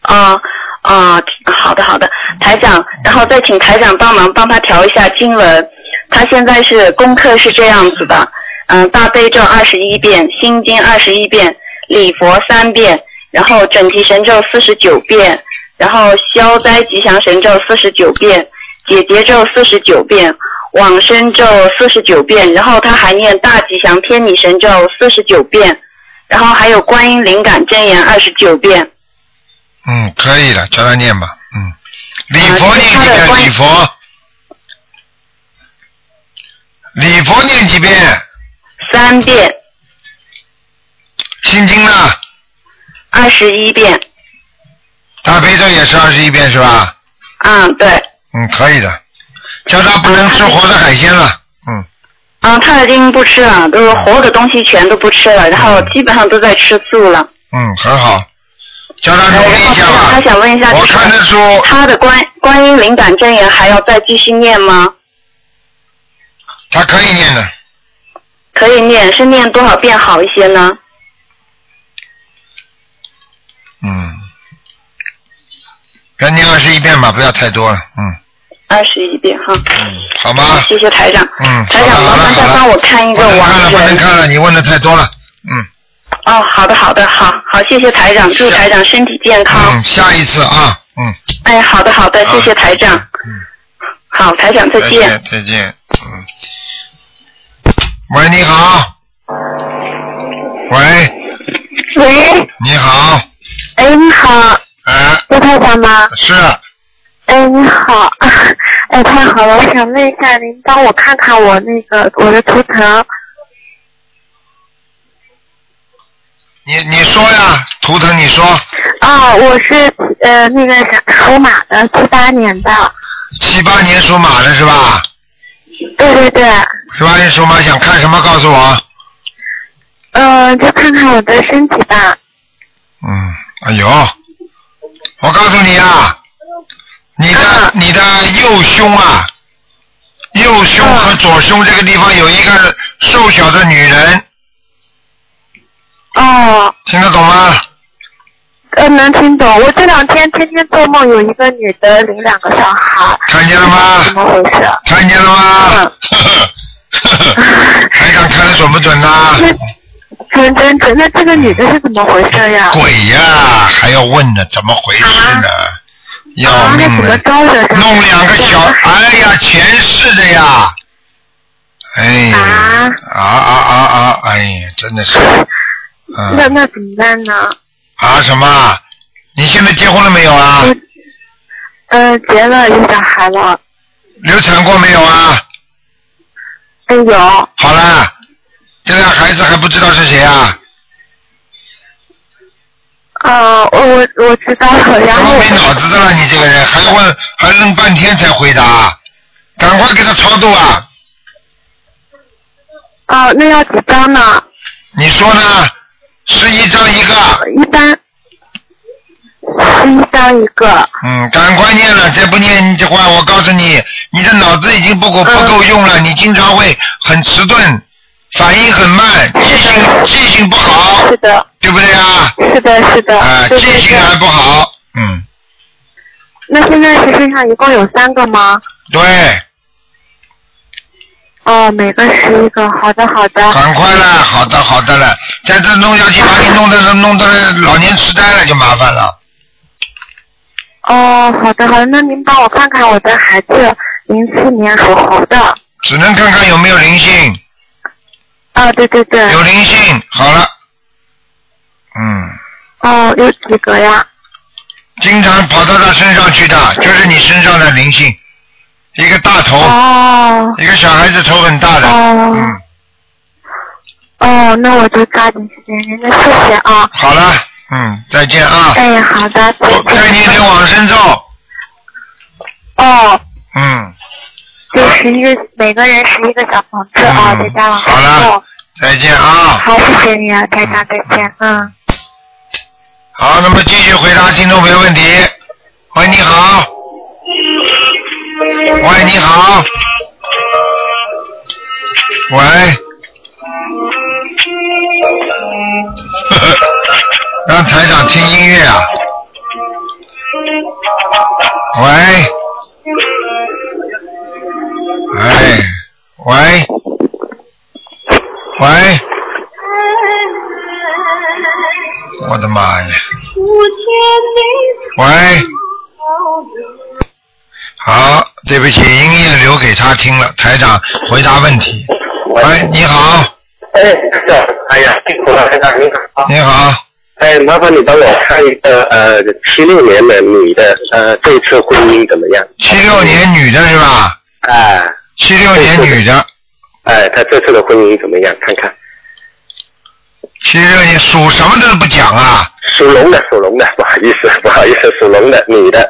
啊啊，好的好的，台长，然后再请台长帮忙帮他调一下经文。他现在是功课是这样子的，嗯，大悲咒二十一遍，心经二十一遍，礼佛三遍，然后整体神咒四十九遍，然后消灾吉祥神咒四十九遍，解结咒四十九遍，往生咒四十九遍，然后他还念大吉祥天女神咒四十九遍，然后还有观音灵感真言二十九遍。
嗯，可以了，叫他念吧。嗯，礼佛念几遍？礼佛，礼佛念几遍？
三遍。
心经呢？
二十一遍。
大悲咒也是二十一遍是吧？
嗯，对。
嗯，可以的。叫他不能吃活的海鲜了。
嗯，他已经不吃了，都是活的东西全都不吃了，然后基本上都在吃素了。
嗯，很好。叫他
然
努力
后
一下
他
吧。
想问一下，就是他的观观音灵感真言还要再继续念吗？
他可以念的，
可以念，是念多少遍好一些呢？
嗯。要念二十一遍吧，不要太多了。嗯，
二十一遍哈。
好吗？
谢谢台长。
嗯，
台长，麻烦再帮我看一个
不能看了，
亡
不能
人。
看了，你问的太多了。
哦，好的，好的，好好，谢谢台长，祝台长身体健康。
嗯，下一次啊，嗯。
哎，好的，好的，谢谢台长。好，台长再见。
再见，再见。嗯。喂，你好。喂，
喂，
你好，
哎，你好，
哎，
卢台长吗？
是，
哎，你好， 哎，太好了，我想问一下，您帮我看看我那个我的图腾，
你你说呀，图腾你说，
啊，我是呃那个啥属马的，七八年的，
七八年属马的是吧？
对对对，
七八年属马，想看什么告诉我？
呃，就看看我的身体吧，
嗯，哎呦，我告诉你啊，你的、你的右胸啊，右胸和左胸这个地方有一个瘦小的女人。
哦。
听得懂吗？
呃，能听懂，我这两天天天做梦，有一个女的领两个小孩，
看见了吗？怎
么回事？
看见了嗯吗？ 台长看的准不准啊呐、
准准准，那这个女的是怎么回事呀？
鬼呀、还要问呢，怎么回事呢？
啊
要命哦了！弄两个小，哎呀，前世的呀！哎呀，啊啊啊啊！哎呀，真的是，嗯
那那怎么办呢？
啊什么？你现在结婚了没有啊？
呃，结了有小孩了，
流产过没有啊？
哎有，
好啦，这个孩子还不知道是谁啊？
呃，我我我知道了，然后
没脑子的了，你这个人还要问，还愣半天才回答，赶快给他超度啊！
哦，那要几张呢？
你说呢？是一张一个。
一般，一张一个。
嗯，赶快念了，再不念这话，我告诉你，你的脑子已经不够
嗯
不够用了，你经常会很迟钝，反应很慢，记性记性不好。
是的。
对不对啊？
是的，是的。
啊，
对
记
对
性还不好，嗯，
那现在是身上一共有三个吗？
对，
哦，每个十一个。好的，好的。
赶快了，好的好的了，再这弄下去，把你弄得弄得老年痴呆了就麻烦了。
哦，好的，好的。那您帮我看看我的孩子，零七年属猴的。
只能看看有没有灵性。
啊，对对对。
有灵性，好了。嗯，
哦，有几个呀？
经常跑到他身上去的，就是你身上的灵性，一个大头，
哦。
一个小孩子头很大的。
哦。
嗯，
哦，那我就抓紧时间念，那谢谢啊。
好了，嗯，再见啊。
哎，好的，再见。
再念点往生咒。
哦，
嗯，
就十一个，每个人十一个小房子啊，再加上
嗯好了，再见啊。
好，谢谢你啊，台长，再见，嗯。
好，那么继续回答听众朋友问题。喂，你好。喂，你好。喂。 让台长听音乐啊。喂。哎，喂。喂，我的妈呀！喂。好，对不起，音乐留给他听了。台长回答问题。喂，你好，
哎，台长，哎呀，辛苦了，台长，你好。
你好。
哎，麻烦你帮我看一个呃，七六年的女的，呃，这次婚姻怎么样？
七六年女的是吧？
哎、
七六年女的，
哎，她这次的婚姻怎么样？看看，
七六年属什么都不讲啊？
属龙的，属龙的， 不好意思，不好意思，属龙的女的，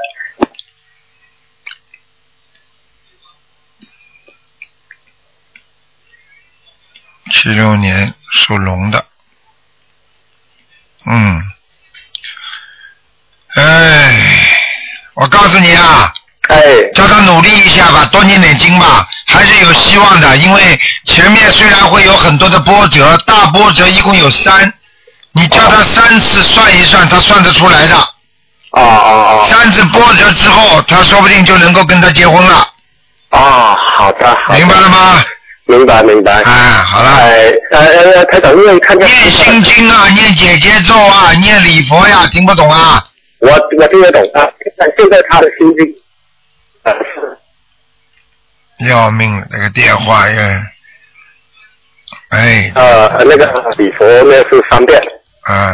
七六年属龙的，嗯，哎，我告诉你啊，
哎，
叫他努力一下吧，多念点经吧，还是有希望的。因为前面虽然会有很多的波折，大波折一共有三，你叫他三次算一算，他算得出来的。
哦哦哦。
三次波折之后，他说不定就能够跟他结婚了。
哦，好的，好的。明白
了吗？
明白，明白。
哎，好了。
哎，呃，呃台长，因为看见
念心经啊，念姐姐咒啊，念礼佛呀，听不懂啊？
我我听得懂啊，但现在她的心境，呃，是
要命了，那个电话又，
嗯
哎，
呃那个礼佛呢是三遍，
啊，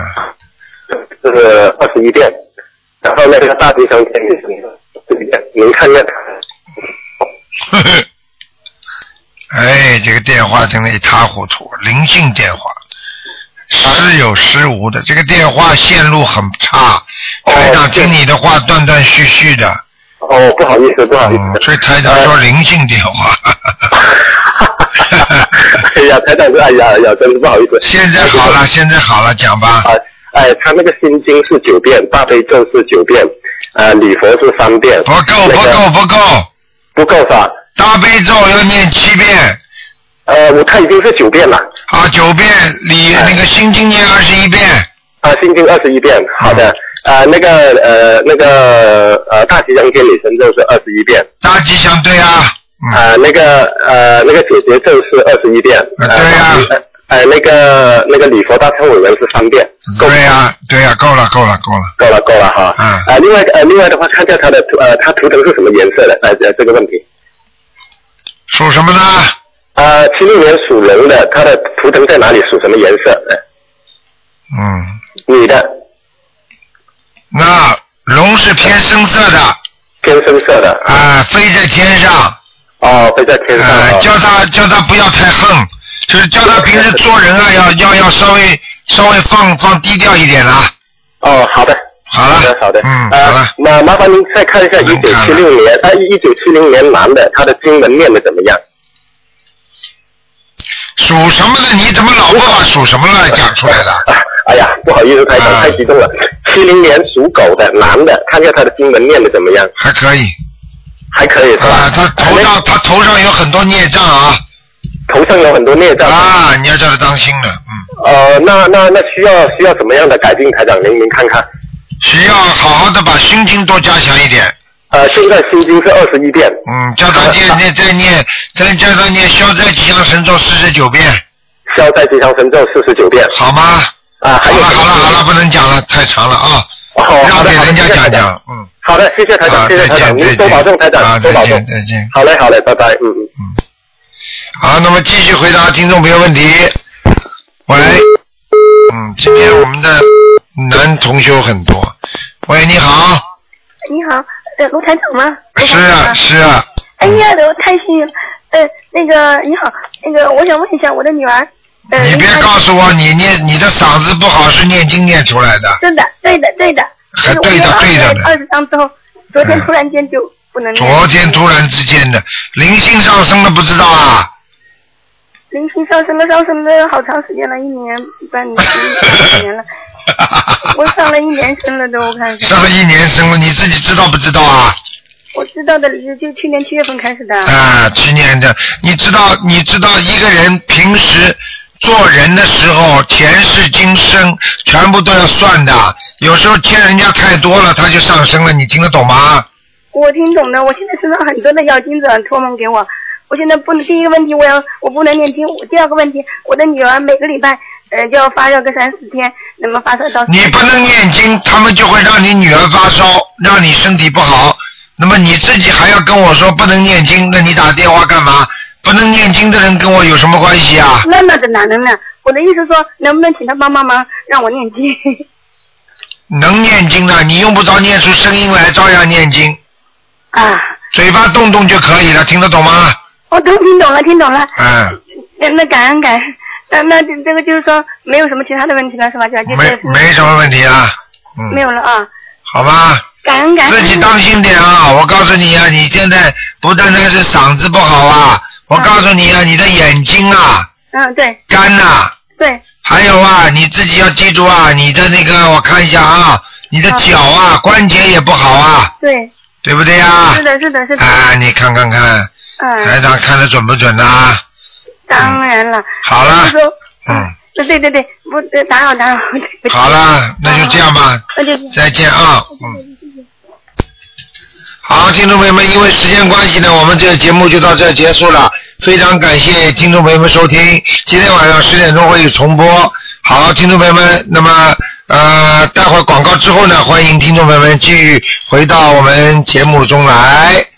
是二十一遍，然后那个大吉祥天是一遍，您看看，
呵呵，哎，这个电话真的一塌糊涂，灵性电话，时有时无的，这个电话线路很差，台长听你的话断断续续的。
哦，不好意思，不呃好
意思。所以台长说灵性电话。
哎呀，台长，哎呀哎呀，真是不好意思。
现在好了，现在好了，讲吧。
啊，哎，他那个心经是九遍，大悲咒是九遍，呃，礼佛是三遍，
不够，不够，不够。
不够是吧？
大悲咒要念七遍。
呃，我看已经是九遍了。哎
啊，九遍，你那个心经念二十一遍。
啊，心经二十一遍，好的。呃，那个呃，那个呃，大吉祥天女神咒是二十一遍，
大吉祥对啊，
啊，那个呃，那个解结咒是二十一遍，对呀、呃，呃那个那个礼佛大忏悔文是三遍，
对呀，对呀，够了，够了，嗯够了。
够了够了哈。啊、另外呃，另外的话，看一下它的图呃，它图腾是什么颜色的？呃，呃这个问题。
属什么呢？
呃，七六年属龙的，它的图腾在哪里？属什么颜色？呃
嗯，
女的，
那龙是偏深色的。
偏深色的。
啊，飞在天上。
哦，飞在天
上。啊，叫他叫他不要太横，就是叫他平时做人啊，要要要稍微稍微放放低调一点啊啦。
哦，好的。
好了，
好的，
嗯，
好了。那麻烦您再看一下一九七六年，呃，一九七零年男的，他的经文念的怎么样？
属什么的？你怎么老不把属什么乱讲出来的？
哎呀，不好意思，台
啊
长太激动了。七零年属狗的男的，看一下他的经文念的怎么样？
还可以，
还可以是吧？
啊，他头上他头上有很多孽障啊。
头上有很多孽障
啊，你要叫他当心了。
呃，那那那需要需要怎么样的改进？台长，您您看看。
需要好好的把心经多加强一点。
呃，现在心经是二十一遍。
嗯，叫他念念再念，再叫他念消灾吉祥神咒四十九遍，
消灾吉祥神咒四十九遍，
好吗？
啊，还有
好了好了好了，不能讲了，太长了啊。
哦好
让
好的
给
好的
人家
谢谢
讲
台长
讲，嗯。
好的，谢谢台长，
啊
谢谢台
再见
长，您
再
多
见
保重，台
啊
长，多
再
保重
见，再见。
好嘞，好嘞，拜拜，嗯嗯。
好，那么继续回答听众朋友问题。喂，嗯，今天我们的男同修很多。喂，你好，
你好，呃，卢台长吗？
是啊是啊，
哎呀，我太幸运了。呃，那个你好，那个我想问一下我的女儿，呃，
你别告诉我你念你的嗓子不好是念经念出来的，
真的，对的，对的，
还对的对的呢
二十张之后，昨天突然间就不能念，
昨天突然之间的灵性上升了，不知道啊？
灵性上升了，上升了好长时间了，一年半 年，一年了，我上了一年身了都，我看看，
上了一年生了，你自己知道不知道啊？
我知道的就就去年七月份开始的，
啊，去年的，你知道，你知道一个人平时做人的时候，前世今生全部都要算的。有时候欠人家太多了，他就上升了，你听得懂吗？
我听懂的，我现在身上很多的药精子托梦给我，我现在不能。第一个问题我要我不能念经，第二个问题我的女儿每个礼拜呃就要发烧个三四天，那么发烧 到
你不能念经，他们就会让你女儿发烧，让你身体不好。那么你自己还要跟我说不能念经，那你打电话干嘛？不能念经的人跟我有什么关系啊？
那那的哪能呢？我的意思说，能不能请他帮帮忙，让我念经？
能念经的，你用不着念出声音来，照样念经。
啊。
嘴巴动动就可以了，听得懂吗？
我都听懂了，听懂了。
嗯，
那那感恩感恩，那那这这个就是说没有什么其他的问题了，是吧？就就
没没什么问题啊，嗯，
没有了啊，
好吧，
感恩感恩。
自己当心点啊！我告诉你啊，你现在不单单是嗓子不好啊，我告诉你啊，你的眼睛啊、
嗯，对
肝呐、
对，
还有啊，你自己要记住啊，你的那个我看一下啊，你的脚啊关节也不好啊，
对。
对不对呀
是？的，是的，是的。
啊，你看看看，
嗯。
台长看的准不准呐、啊
当然了。
好了
就是说，
嗯，
对对对对，不呃打扰打扰，对不起。
好了，那就这样吧，
那就是
再见啊，嗯。好，听众朋友们，因为时间关系呢，我们这个节目就到这儿结束了。非常感谢听众朋友们收听，今天晚上十点钟会有重播。好，听众朋友们，那么呃，待会儿广告之后呢，欢迎听众朋友们继续回到我们节目中来。